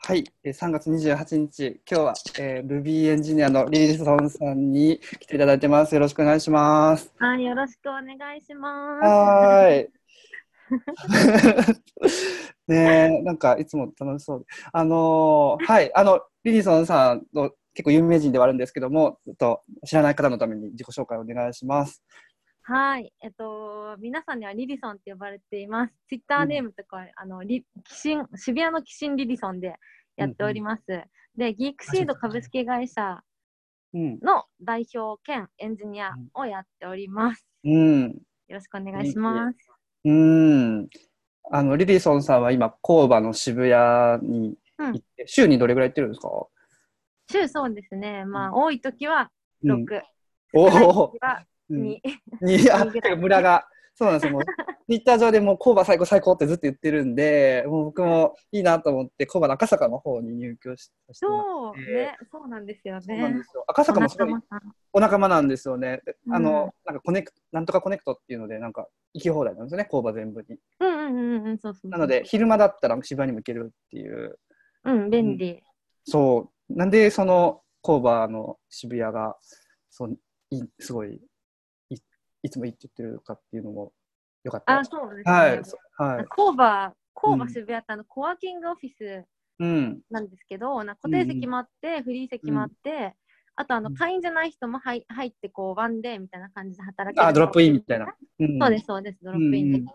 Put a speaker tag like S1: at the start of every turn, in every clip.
S1: はい、えー3月28日、今日は、えー、Ruby エンジニアのリリソンさんに来ていただいてます。よろしくお願いします。
S2: はい、よろしくお願いします。
S1: はーい。 ねえ、なんかいつも楽しそうで。あのーはい、あの、リリソンさんの結構有名人ではあるんですけども、ちょっと知らない方のために自己紹介お願いします。
S2: はい、えっと、皆さんにはリリソンって呼ばれています。ツイッターネームとか、あの、り、寄進、渋谷の寄進リリソンでやっております。で、ギークシード株式会社
S1: うん。
S2: の代表兼エンジニアをやっております。
S1: うん。
S2: よろしくお願いします。
S1: うーん。あの、リリソンさんは今、神戸の渋谷に行って、週にどれぐらい行ってるんですか
S2: 週そうですね、まあ、多い時は
S1: う
S2: 6、
S1: ん。
S2: 少ない
S1: おお
S2: 時は
S1: うん
S2: 2。
S1: に、あ、
S2: いいぐらい
S1: てか村が。そうなんですよ。 もう、ツイッター上でもう、コーバ最高最高ってずっと言ってるんで、もう僕もいいなと思って、コーバの赤坂の方に入居ししてます
S2: そうね、そうなんですよ
S1: そうなん
S2: ね
S1: で。すよ。赤坂もす
S2: お
S1: ご
S2: 仲
S1: い
S2: 間さん
S1: お仲間なんですよね。であ
S2: う
S1: の
S2: ん、
S1: なんかコネクなんとかコネクトっていうので、なんか行き放題なんですよね、工場全部に。
S2: うんうんうんうん、そうそうそう。
S1: なので、昼間だったら渋谷にも行けるっていう。
S2: うん、便利。
S1: そう。なんで、その、工場の渋谷が、そう、いすごい、いいつもいいって言ってるかっていうのも、よかった
S2: あ、
S1: です。
S2: そうですね。
S1: はい、そはい。
S2: 工場、工
S1: うん
S2: 場渋谷ってあの、コワーキングオフィス
S1: うん。
S2: なんですけど、なんか固定席もあって、フリー席もあって、あとあ
S1: う
S2: の
S1: ん
S2: 会員じゃない人も入入ってこうワンデーみたいな感じで働ける
S1: あ、ドロップインみたいな。うん
S2: そうですそうですドロップインで、
S1: うん
S2: で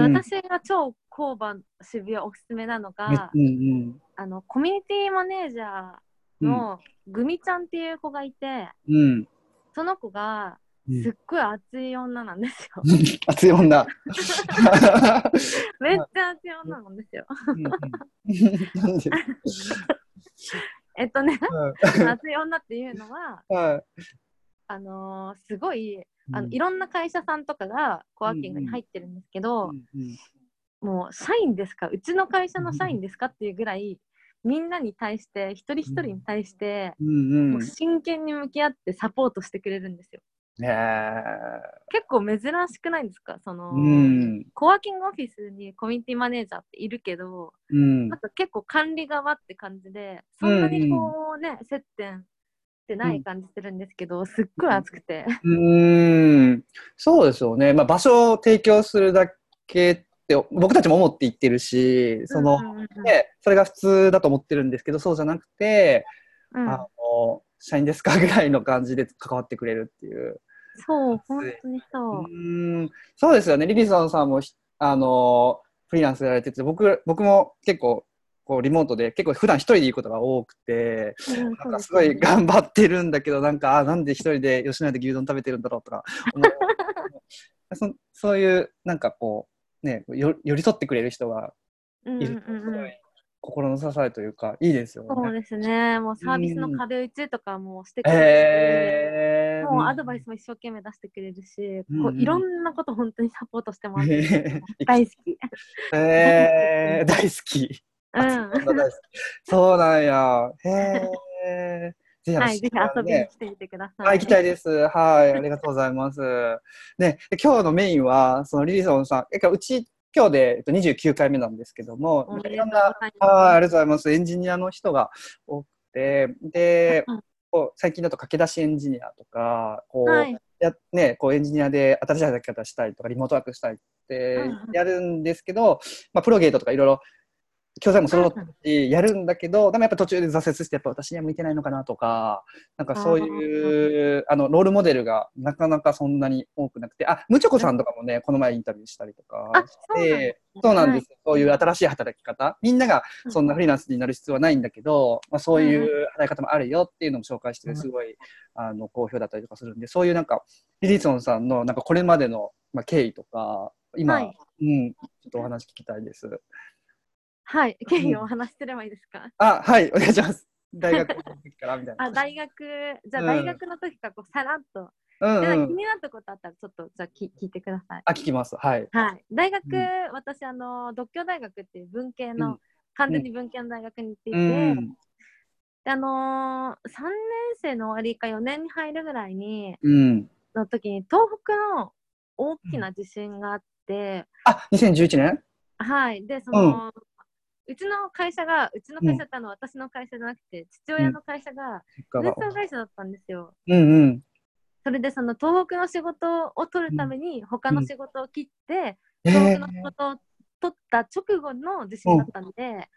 S1: うん
S2: 私が超工場渋谷おすすめなの
S1: め
S2: が、
S1: うんうん。
S2: あのコミュニティマネージャーのグミちゃんっていう子がいて
S1: うん。
S2: その子が
S1: うん
S2: すっごい熱い女なんで すよ、
S1: 熱い女。
S2: めっちゃ熱い女なんですよ
S1: うんうんなんで
S2: えっとね
S1: は
S2: 熱い女っていうのは、
S1: いはい
S2: あのーすごいあの、
S1: うん
S2: いろんな会社さんとかがコワーキングに入ってるんですけど、
S1: うん
S2: もう社員ですかうちの会社の社員ですかっていうぐらいみんなに対して一人一人に対して、
S1: うんう
S2: も
S1: ん
S2: う。真剣に向き合ってサポートしてくれるんですよ。
S1: ねえ。
S2: 結構珍しくないですかその、
S1: うん。
S2: コワーキングオフィスにコミュニティマネージャーっているけど
S1: うん
S2: なん。か結構管理側って感じでそんなにこうね、接点ってない感じするんですけど、すっごい熱くて。
S1: うーんそうですよね、まあ、場所を提供するだけって僕たちも思って言ってるしその、
S2: うんうんうん
S1: ね、それが普通だと思ってるんですけどそうじゃなくて、
S2: うん
S1: あの社員ですか ぐらいの感じで関わってくれるっていう
S2: そう、本当にそうう。
S1: ーんそうですよねリリソンさんもひあのフリーランスやられてて僕僕も結構こうリモートで結構普段一人でいることが多くて
S2: うん
S1: なんかすごい頑張ってるんだけど、なんか、あなんで一人で吉野家で牛丼食べてるんだろうとか思 うそ、そういう、なんかこう、ね、よ寄り添ってくれる人が
S2: そう
S1: い
S2: ですね
S1: ると、
S2: うん
S1: す
S2: うんうん
S1: ご
S2: うん
S1: い心の支えというか、いいですよ
S2: そう
S1: ね。
S2: ですね、もうサービスの壁打ちとかもしてくれる
S1: え
S2: し、
S1: ー、
S2: もうアドバイ
S1: ス
S2: スも一生懸命出してくれるし、
S1: うん
S2: こ
S1: う
S2: うんいろんなこと本当にサポートしてもらって る大好き。
S1: えー、大好き。
S2: う
S1: そん
S2: ん。
S1: な大好きそうなんや。へえー。ぜひ、あの
S2: はい、ぜひ遊びに来てみてください。
S1: はい、行きたいです。はい、ありがとうございます。ね、で今日のメインは、そのリリソンさん、えうち、今日で、えっと、29回目なんですけども
S2: おめ、で
S1: いろ
S2: とうんご
S1: な、はい、
S2: ざい
S1: あ
S2: ま
S1: りがとうございます。エンジニアの人が多くて、で、こう最近だと駆け出しエンジニアとか、こ
S2: す。
S1: う、
S2: はい。
S1: やね、こうエンジニアで新しい働き方したいとかリモートワークしたいって
S2: うんうん
S1: やるんですけど、まあ、プロゲートとかいろいろ教材も揃ってやるんだけどでもやっぱ途中で挫折してやっぱ私には向いてないのかなとかなんかそういうあのロールモデルがなかなかそんなに多くなくてあむちょこさんとかもねこの前インタビューしたりと
S2: あ
S1: か、
S2: そうなん
S1: で
S2: で。
S1: そうなんです、そういう新しい働き方みんながそんなフリーランスになる必要はないんだけど、まあ、そういう働き方もあるよっていうのも紹介してて
S2: うん
S1: すごいあの好評だったりとかするんでそういうなんかリリソンさんのなんかこれまでの、まあ、経緯とか今、
S2: はい
S1: うん、ちょっとお話聞きたいです。
S2: はい、経緯をお話しすればいいです か。
S1: あはいお願いし ます。大学の時からみたいな。
S2: あ、大学、じゃあ
S1: うん
S2: 大学の時からこうさらっ
S1: う
S2: と、
S1: ん
S2: じゃあ気
S1: うん、
S2: になったことあったらちょっとじゃあき聞いてください。
S1: あ聞きます。はい。
S2: はい、大学、
S1: うん
S2: 私あの独協大学っていう文系
S1: う
S2: の、
S1: ん
S2: 完全に文系の大学に行っていて、
S1: うん
S2: であのー、3年生の終わりか4年に入るぐらいに
S1: うん、
S2: の時に東北の大きな地震があって、
S1: あ2011年
S2: はいでその、うちの会社が、うちの会社ってあの、私の会社じゃなくて、父親の会社が運
S1: うん
S2: 送会社だったんですよ。
S1: うん。
S2: それでその東北の仕事を取るために、他の仕事を切って、
S1: え
S2: 東
S1: ー
S2: 北の仕事を取った直後の地震だったんで、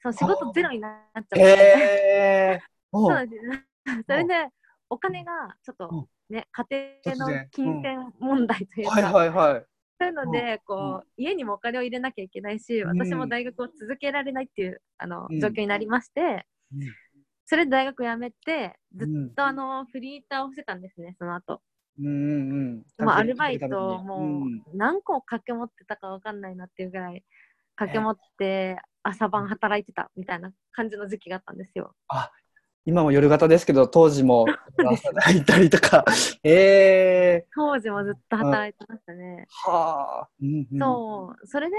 S2: その仕事ゼロになっちゃって、
S1: えー、お う
S2: そうなんですよ それで、お金がちょっとね、家庭
S1: 突
S2: の
S1: 然
S2: 金銭問題というか、
S1: はいはいはい。
S2: そういうので、こう、家にもお金を入れなきゃいけないし、
S1: うん
S2: 私も大学を続けられないっていう、あの、
S1: うん
S2: 状況になりまして、
S1: うん
S2: それで大学辞めて、ず
S1: う
S2: っ
S1: ん
S2: とあの、フリーターをしてたんですね、その後。
S1: うんうん。
S2: まあ、アルバイトをも
S1: ん
S2: う、何個掛け持ってたかわかんないなっていうぐらい、掛け持って、朝晩働いてたみたいな感じの時期があったんですよ。
S1: 今も夜型ですけど、当時も働いたりとか。 え
S2: 当時もずっと働いてましたね。
S1: ー、はあ。うんうん
S2: そう、それで、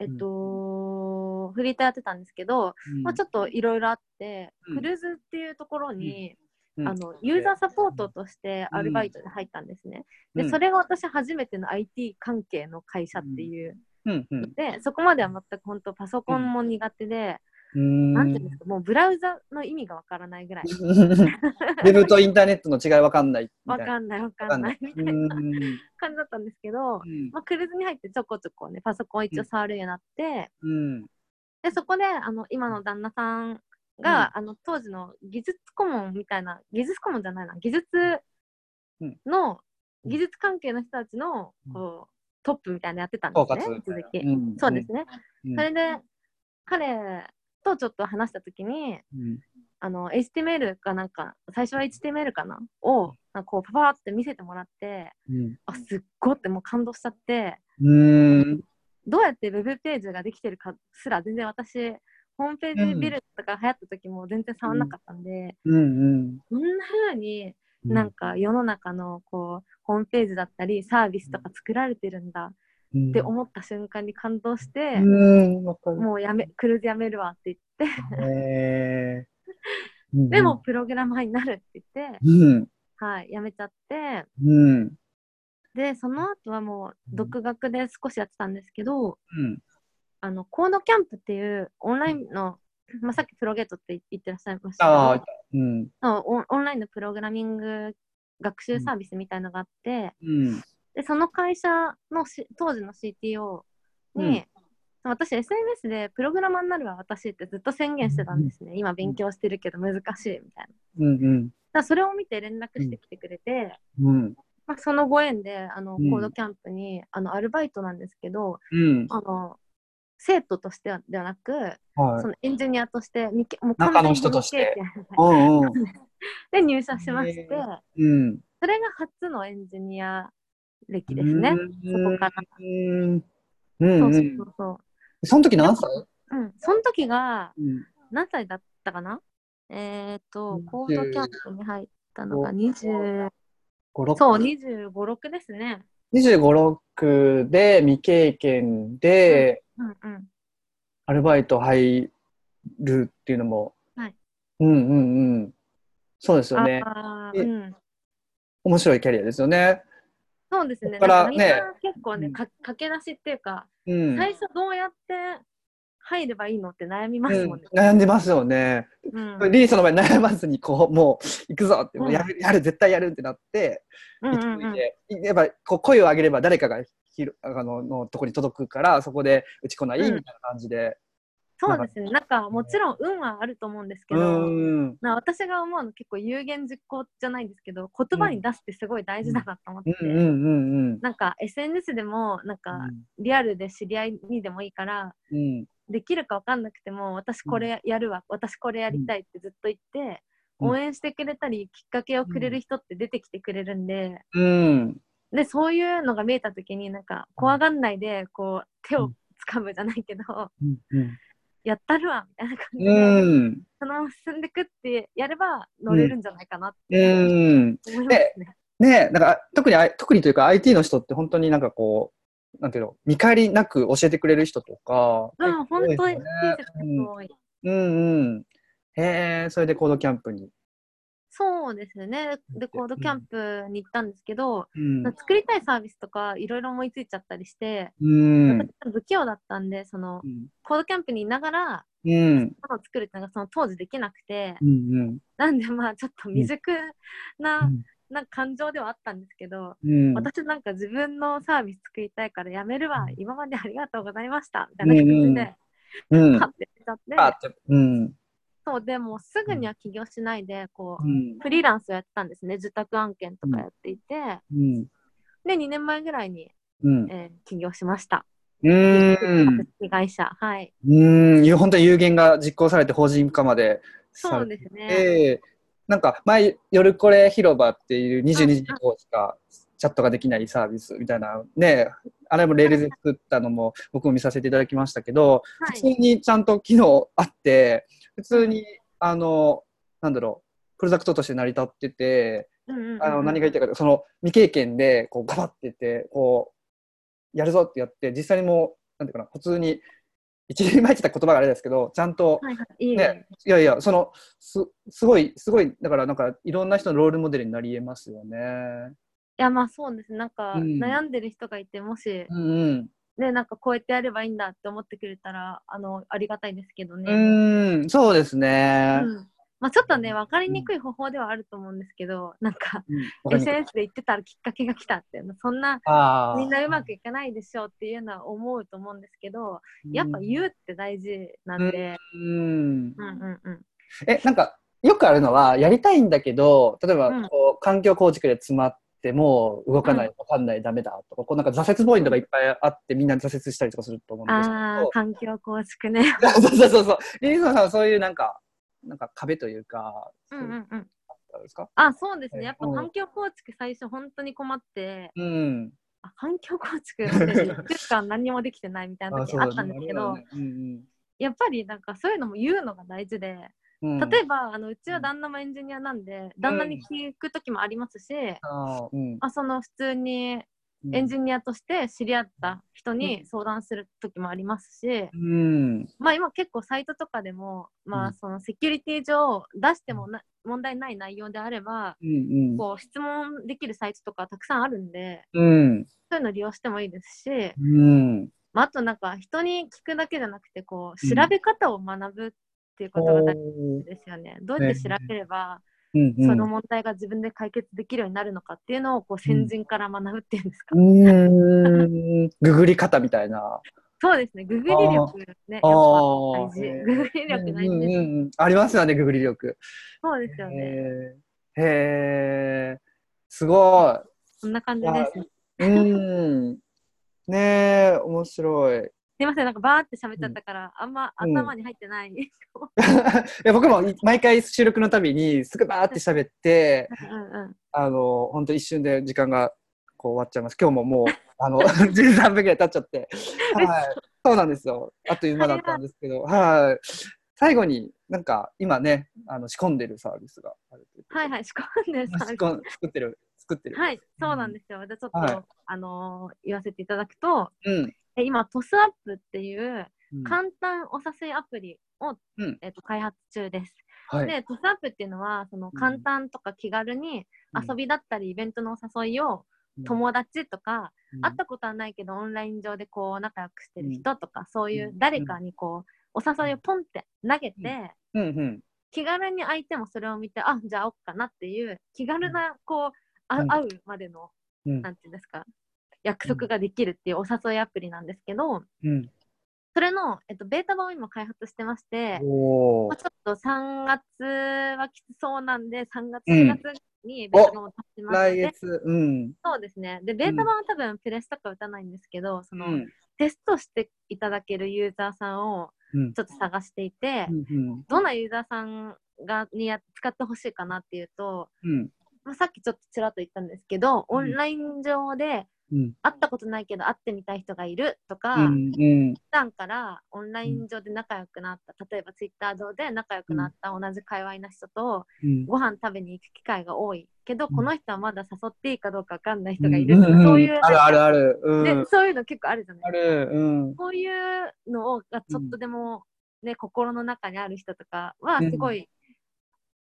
S2: えっと、フリーターやってたんですけど、まあ、ちょっといろいろあって、
S1: うん
S2: クルーズっていうところに、
S1: うん
S2: あのユーザーサポートとしてアルバイトで入ったんですね。
S1: うん
S2: でそれが私初めての IT 関係の会社っていう、
S1: うんうん
S2: でそこまでは全く本当パソコンも苦手で、
S1: うん。
S2: なんていうんですかもうブラウザの意味がわからないぐらい。
S1: ウェブとインターネットの違いわかんないみ
S2: わ
S1: たいな。
S2: かんないわかんないみたいな
S1: うんうん
S2: 感じだったんですけど、まあ、クルーズに入ってちょこちょこねパソコン一応触るようになって、
S1: うん。
S2: でそこであの今の旦那さんが、あの当時の技術顧問みたいな技術顧問じゃないな技術
S1: うん
S2: の、
S1: うん
S2: 技術関係の人たちの
S1: うん
S2: こうトップみたいなのやってたんで
S1: 包
S2: すね
S1: 括みたい
S2: 続
S1: な
S2: き、
S1: ん
S2: そうですね、
S1: うん
S2: それで彼とちょっと話した時に
S1: うん
S2: あの HTML かなんか最初は HTML かなをなんかこうパパーって見せてもらって
S1: うん
S2: あすっごいってもう感動しちゃって
S1: うん。
S2: どうやってウェブページができてるかすら全然私ホームページビルドとか流行った時も全然触んなかったんで、
S1: うん
S2: こん、そんな風に
S1: う
S2: なんか世の中のこうホームページだったりサービスとか作られてるんだ
S1: っ
S2: って思った瞬間に感動して、
S1: うん、わかる。
S2: もうやめクルーズやめるわって言って
S1: えー
S2: でも、プログラマーになるって言って、
S1: うん、
S2: はい、やめちゃって
S1: うん、
S2: でその後はもう独学で少しやってたんですけど、
S1: うん、
S2: あのコードキャンプっていうオンラインの、まあ、さっきプロゲートって言ってらっしゃいましたけど
S1: ああ、うん、
S2: そうオンオンラインのプログラミング学習サービスみたいのがあって、
S1: うん、
S2: でその会社のし当時の CTO に、私 SNS でプログラマーになるは私ってずっと宣言してたんですね、今勉強してるけど難しいみたいなだか
S1: うん、
S2: らそれを見て連絡してきてくれて、
S1: うん、
S2: まあ、そのご縁であの
S1: うん
S2: コードキャンプに、あのアルバイトなんですけど
S1: うん、
S2: あの生徒としてではなく、
S1: はい
S2: そ。のエンジニアとして未経もう
S1: 中の
S2: 完全に
S1: 人として
S2: 未経験
S1: うん、うん、
S2: で入社しまして、
S1: へーうん。
S2: それが初のエンジニア歴ですね。そこから。
S1: うん、うん、
S2: そううんそう
S1: うん。
S2: そうそ
S1: その時何歳
S2: う。うん。その時が
S1: うん。
S2: 何歳だったかなえっ、と
S1: 20、
S2: コードキャンプに入ったのが20、
S1: 5、6
S2: そう、25、6ですね。
S1: 25、6で未経験で
S2: うんうん。
S1: アルバイト入るっていうのも、
S2: はい
S1: うんうんうん。そうですよね。
S2: あー
S1: で
S2: うん。
S1: 面白いキャリアですよね。
S2: そうですね。
S1: そっから
S2: なんみんな
S1: ね
S2: 結構ね、
S1: うん
S2: か駆け出しっていうか、
S1: うん。
S2: 最初どうやって入ればいいのって悩みますもんね。
S1: うん、悩んでますよね。
S2: うん
S1: リリーさんの場合悩まずにこうもう行くぞってもうやる,、やる絶対やるってなって、
S2: うんうんうん
S1: 勢いでやっぱこう声を上げれば誰かがひろあののとこに届くからそこで打ちこないみ
S2: う
S1: たい
S2: ん
S1: な感じで。
S2: そうですね。なんかもちろん運はあると思うんですけ
S1: う
S2: ど、
S1: ん
S2: な私が思うの結構有言実行じゃないんですけど言葉に出すってすごい大事だなと思って、
S1: うんうんうん
S2: なんか SNS でもなんかリアルで知り合いにでもいいから
S1: うん
S2: できるか分かんなくても私これやるわ、私これやりたいってずっと言って、
S1: うん
S2: 応援してくれたりきっかけをくれる人って出てきてくれるんで、
S1: うん
S2: でそういうのが見えた時になんか怖がんないでこう手を掴むじゃないけど、
S1: うんうん
S2: やったるわみたいな感じで、
S1: うん
S2: そのまま進んでくってやれば乗れるんじゃないかなって思い
S1: うん
S2: ますね。
S1: ねえなんか特にあ特にというか IT の人って本当になんかこうなんていうの見返りなく教えてくれる人とか、
S2: うん、本当に
S1: 多いですよね
S2: 親切な人多い
S1: うんうん。へえ、それでコードキャンプに。
S2: そうですね。レコードキャンプに行ったんですけど、
S1: うん。
S2: 作りたいサービスとかいろいろ思いついちゃったりして、
S1: うん。
S2: 私不器用だったんで、その
S1: うん。
S2: コードキャンプにいながら
S1: うん。
S2: ものを作るっていうのがその当時できなくて、
S1: うん。
S2: なんでまあちょっと未熟な,、
S1: うん
S2: なんか感情ではあったんですけど、
S1: うん。
S2: 私なんか自分のサービス作りたいからやめるわ、今までありがとうございましたみたいな感
S1: うんうん
S2: じで、
S1: うん。
S2: パッて出ちゃって、
S1: あってうん。
S2: そうでもうすぐには起業しないでこ
S1: う
S2: う、
S1: ん。
S2: フリーランスをやってたんですね受託案件とかやっていて、
S1: うん。
S2: で2年前ぐらいに、
S1: うん。
S2: えー起業しました
S1: うん。
S2: 被害者はい
S1: うん。いう本当に有限が実行されて法人化までさ
S2: そう
S1: れて。
S2: ですね、
S1: なんか前、夜これ広場っていう22時以
S2: うんうん
S1: 降しかチャットができないサービスみたいな、ね、あれもレールで作ったのも僕も見させていただきましたけど、普
S2: は
S1: 通
S2: い、
S1: にちゃんと機能あって、普通に、あの、なんだろう、プロダクトとして成り立ってて、
S2: うんうんうん
S1: あの何が言いたいかというとその未経験でこうガバッてってこうやるぞってやって実際にもうなんていうかな普通に一人前って言ったら言葉があれですけどちゃんと、
S2: はいはいいい
S1: ねいやいやそのすすごいすごいだからなんかいろんな人のロールモデルになりえますよね。
S2: いやまあそうですなんか
S1: うん
S2: 悩んでる人がいてもし
S1: うん
S2: ねなんかこうやってやればいいんだって思ってくれたらあのありがたいですけど
S1: う
S2: ね、
S1: ん、うんそうですね。
S2: うんまあ、ちょっとね分かりにくい方法ではあると思うんですけどなんか
S1: うんわかります
S2: SNS で言ってたらきっかけが来たっていうのそんな
S1: あー
S2: みんなうまくいかないでしょうっていうのは思うと思うんですけどやっぱ言うって大事なんで、
S1: うん
S2: うん、うんうん
S1: えなんかよくあるのはやりたいんだけど例えば
S2: うん
S1: こう、環境構築で詰まってもう動かないわかんないダメだとかこうなんか挫折ポイントがいっぱいあってみんな挫折したりとかすると思うんです
S2: ああ環境構 築ね
S1: けどそうそうそうそうリリーさんはそういうなんかなんか壁というか
S2: う
S1: そ
S2: ん
S1: う
S2: う
S1: いうん
S2: うん
S1: のですか
S2: あそうですねやっぱ
S1: うん
S2: 環境構築最初本当に 困って
S1: うん、
S2: あ環境構築って1週間何にもできてないみたいな時あったんですけど、
S1: うんうん
S2: やっぱりなんかそういうのも言うのが大事で
S1: うん、
S2: 例えばあのうちは旦那もエンジニアなんで旦那に聞く時もありますし、
S1: ば、うん
S2: あその普通にエンジニアとして知り合った人に相談する時もありますし、
S1: うん
S2: まあ今結構サイトとかでも、
S1: う
S2: まあ
S1: ん
S2: そのセキュリティ上出してもな問題ない内容であれば、
S1: うん
S2: こう質問できるサイトとかたくさんあるんで、
S1: うん
S2: そういうの利用してもいいですし、
S1: うん
S2: まあ、あとなんか人に聞くだけじゃなくて、
S1: う
S2: こう
S1: ん
S2: 調べ方を学ぶっていうことが大事ですよね。どうやって調べれば、
S1: うん
S2: その問題が自分で解決できるようになるのかっていうのをこう先人から学ぶっていうんですか。
S1: うんググり方みたいな
S2: そうですね、ググリ力ね、やっぱ大事。
S1: あー
S2: ググリ力大事
S1: うん
S2: です、
S1: うんうんうんありますよね、ググリ力。
S2: そうですよね。
S1: へーへーすご
S2: そんな感じです。
S1: い。うん。ねえ、面白い。
S2: すいません、なんかバーって喋っちゃったから、あんま
S1: うん
S2: 頭に入ってない。う
S1: いや僕も毎回収録のたびにすぐバーって喋って、
S2: んうん
S1: あの、本当一瞬で時間がこう終わっちゃいます。今日も もう、あの、13分ぐらい経っちゃって。はい。そうなんですよ。あっという間だったんですけど、はい。最後になんか今ね、あの仕込んでるサービスがあるということで
S2: はいはい、仕込んで
S1: まあ
S2: さ
S1: 仕。込ん作ってる、作ってる。
S2: はい、そうなんですよ。じゃあちょっと、
S1: はい
S2: あのー言わせていただくと、
S1: うん。
S2: え今、トスアップっていう
S1: うん
S2: 簡単お誘いアプリを、
S1: うん
S2: えっと開発中です。
S1: はい。
S2: で、トスアップっていうのは、その簡単とか気軽に
S1: うん
S2: 遊びだったり、イベントのお誘いを友達とか、会ったことはないけど、オンライン上でこう仲良くしてる人とか、そういう誰かにこう、お誘いをポンって投げて、
S1: うんうんうん
S2: 気軽に相手もそれを見てあじゃあ会おっかなっていう気軽なこう、あ
S1: うん
S2: 会うまでの
S1: うん
S2: なんていうんですか約束ができるっていうお誘いアプリなんですけど
S1: うん
S2: それの、えっと、ベータ版を今開発してまして、
S1: お
S2: まあ
S1: ー
S2: ちょっと3月はきつそうなんで3月
S1: うん
S2: 4月にベータ版を出します
S1: 来
S2: ので、
S1: 月、うん。
S2: そうですねでベータ版は多分プレスとか打たないんですけど、そうの
S1: ん。
S2: テストしていただけるユーザーさんを
S1: うん
S2: ちょっと探していて、
S1: うんうん
S2: どんなユーザーさんがにや使ってほしいかなっていうと、
S1: うん
S2: まあ、さっきちょっとちらっと言ったんですけど、オンライン上で
S1: うん
S2: 会ったことないけど会ってみたい人がいるとか、
S1: うんうん
S2: 普段からオンライン上で仲良くなった例えばツイッター上で仲良くなった同じ界隈の人と
S1: うん
S2: ご飯食べに行く機会が多いけど、
S1: うん
S2: この人はまだ誘っていいかどうか分かんない人
S1: うん
S2: がいるとか、
S1: んん
S2: そういう
S1: あるあるある。う
S2: ね
S1: ん。
S2: そういうの結構あるじゃない
S1: ある。うん。
S2: こういうのをがちょっとでも、ね心の中にある人とかは
S1: うん
S2: すごい、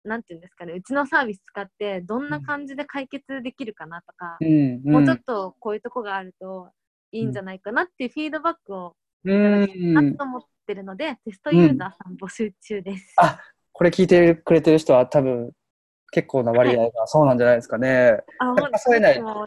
S2: なんていうんですかね、うちのサービス使って、どんな感じで解決できるかなとか、
S1: うんうん
S2: もうちょっとこういうとこがあるといいんじゃないかなっていうフィードバックを
S1: うん
S2: なと思ってるので、テストユーザーさん募集中です。
S1: あこれ聞いてくれてる人は多分結構な割合がそうなんじゃないですかね。
S2: あ、ほんと
S1: 誘えない
S2: つも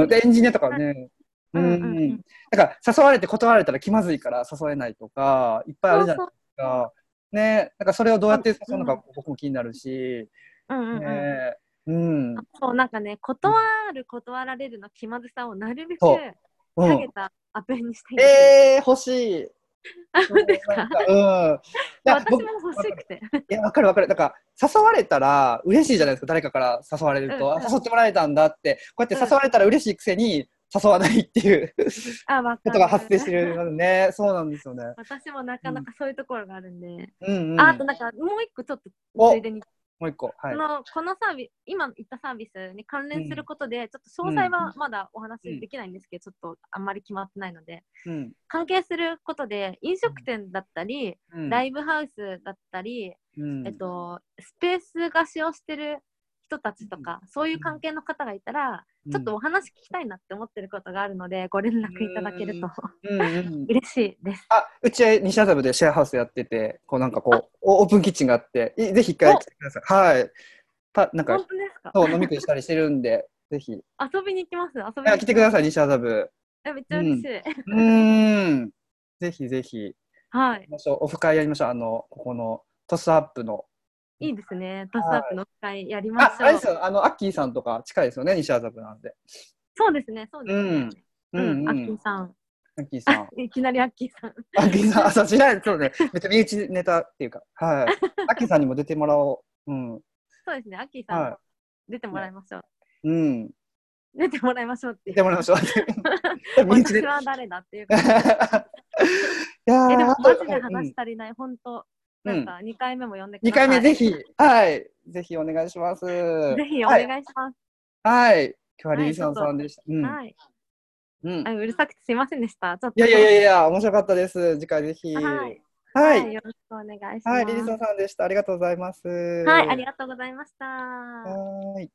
S1: うん、でエンジニアとかね。う
S2: うんん
S1: う
S2: うんん
S1: う
S2: うん
S1: ん、だから誘われて断られたら気まずいから誘えないとかいっぱいあるじゃないですか。ね、なんかそれをどうやって誘うのか僕も気になるし、
S2: うんうんうん
S1: ねうん、うん、
S2: そうなんかね断る断られるの気まずさをなるべく
S1: そう
S2: 下げたアプリにしています
S1: えー、欲しい。
S2: あ本当ですか
S1: うん。いや
S2: 私
S1: 僕
S2: も欲しくて
S1: いや、わかるわかる。なんか、誘われたら嬉しいじゃないですか、誰かから誘われると。
S2: うん
S1: あ
S2: うん
S1: 誘ってもらえたんだって、こうやって誘われたら嬉しいくせに、誘わないっていう
S2: あわ
S1: こと
S2: かる
S1: が発生してるのね。そうなんですよね。
S2: 私もなかなかそういうところがあるんで、
S1: うんうん。
S2: ああとなんかもう一個ちょっ
S1: お
S2: とついでに
S1: もう一個。はい
S2: こ。のこのサービス今言ったサービスに関連することで、ちょっと詳細はまだお話しできないんですけど、ちょっとあんまり決まってないので
S1: うん。
S2: 関係することで飲食店だったり、
S1: うん
S2: ライブハウスだったり、
S1: うん
S2: えっと、スペース貸しをしてる人たちとか、そういう関係の方がいたら、ちょっとお話聞きたいなって思ってることがあるので、ご連絡いただけると
S1: うんうん
S2: 嬉しいです。
S1: あうちは西麻布でシェアハウスやってて、こうなんかこう、オオープンキッチンがあって、いぜひ一回来てください。はい。たなん
S2: 本
S1: か、
S2: 当ですか
S1: そう、飲み食いしたりしてるんで、ぜひ。
S2: 遊びに行きます。遊び
S1: あ
S2: に
S1: 来てくだ
S2: い。
S1: さい、西麻布。
S2: えめっちゃ嬉しい。
S1: うーん。ぜひぜひ。
S2: はい
S1: やり。ましょうオフ会やりましょう。あの、ここのトスアップの。
S2: いいですね。トスアップの会やりまし
S1: あ、あれです
S2: ょう。
S1: よ。あの、アッキーさんとか近いですよね。西麻布なんで。
S2: そうですね。そうですね。
S1: う、
S2: うんん、
S1: う
S2: アッキー
S1: ん。
S2: さん。
S1: アッキーさん。
S2: いきなりアッキーさん。
S1: アッキーさん、あ、そう、知らない。そうね。めっちゃ身内ネタっていうか。はい。アッキーさんにも出てもらおう。うん。
S2: そうですね。アッキーさん、
S1: はい
S2: 出てもらいましょう。
S1: うん。
S2: 出てもらいましょうってい
S1: 出て
S2: う。
S1: もらいましょ う。身内ネ
S2: 私
S1: タ。
S2: は誰だっていう
S1: い
S2: ことで。
S1: やー
S2: えでも
S1: あ
S2: マ
S1: と
S2: ジで話
S1: うん
S2: 足りない、本当。
S1: う
S2: なんんか2回目も呼んでく
S1: 二
S2: ださい。
S1: 回目ぜひ、はい。ぜひお願いします。ぜ
S2: ぜひお
S1: は
S2: 願い
S1: い。
S2: します。
S1: はい。今日はリ
S2: は
S1: リ
S2: い
S1: ーさんさんでした。うん。
S2: はい、
S1: うん
S2: あ。うるさくてすいませんでした。ちょっと
S1: いやいやいやいや、面白かったです。次回ぜひ。
S2: はい
S1: は
S2: はい
S1: い。
S2: よろしくお願いします。
S1: はい、リリソンさんでした。ありがとうございます。
S2: はい、ありがとうございました。
S1: はーい。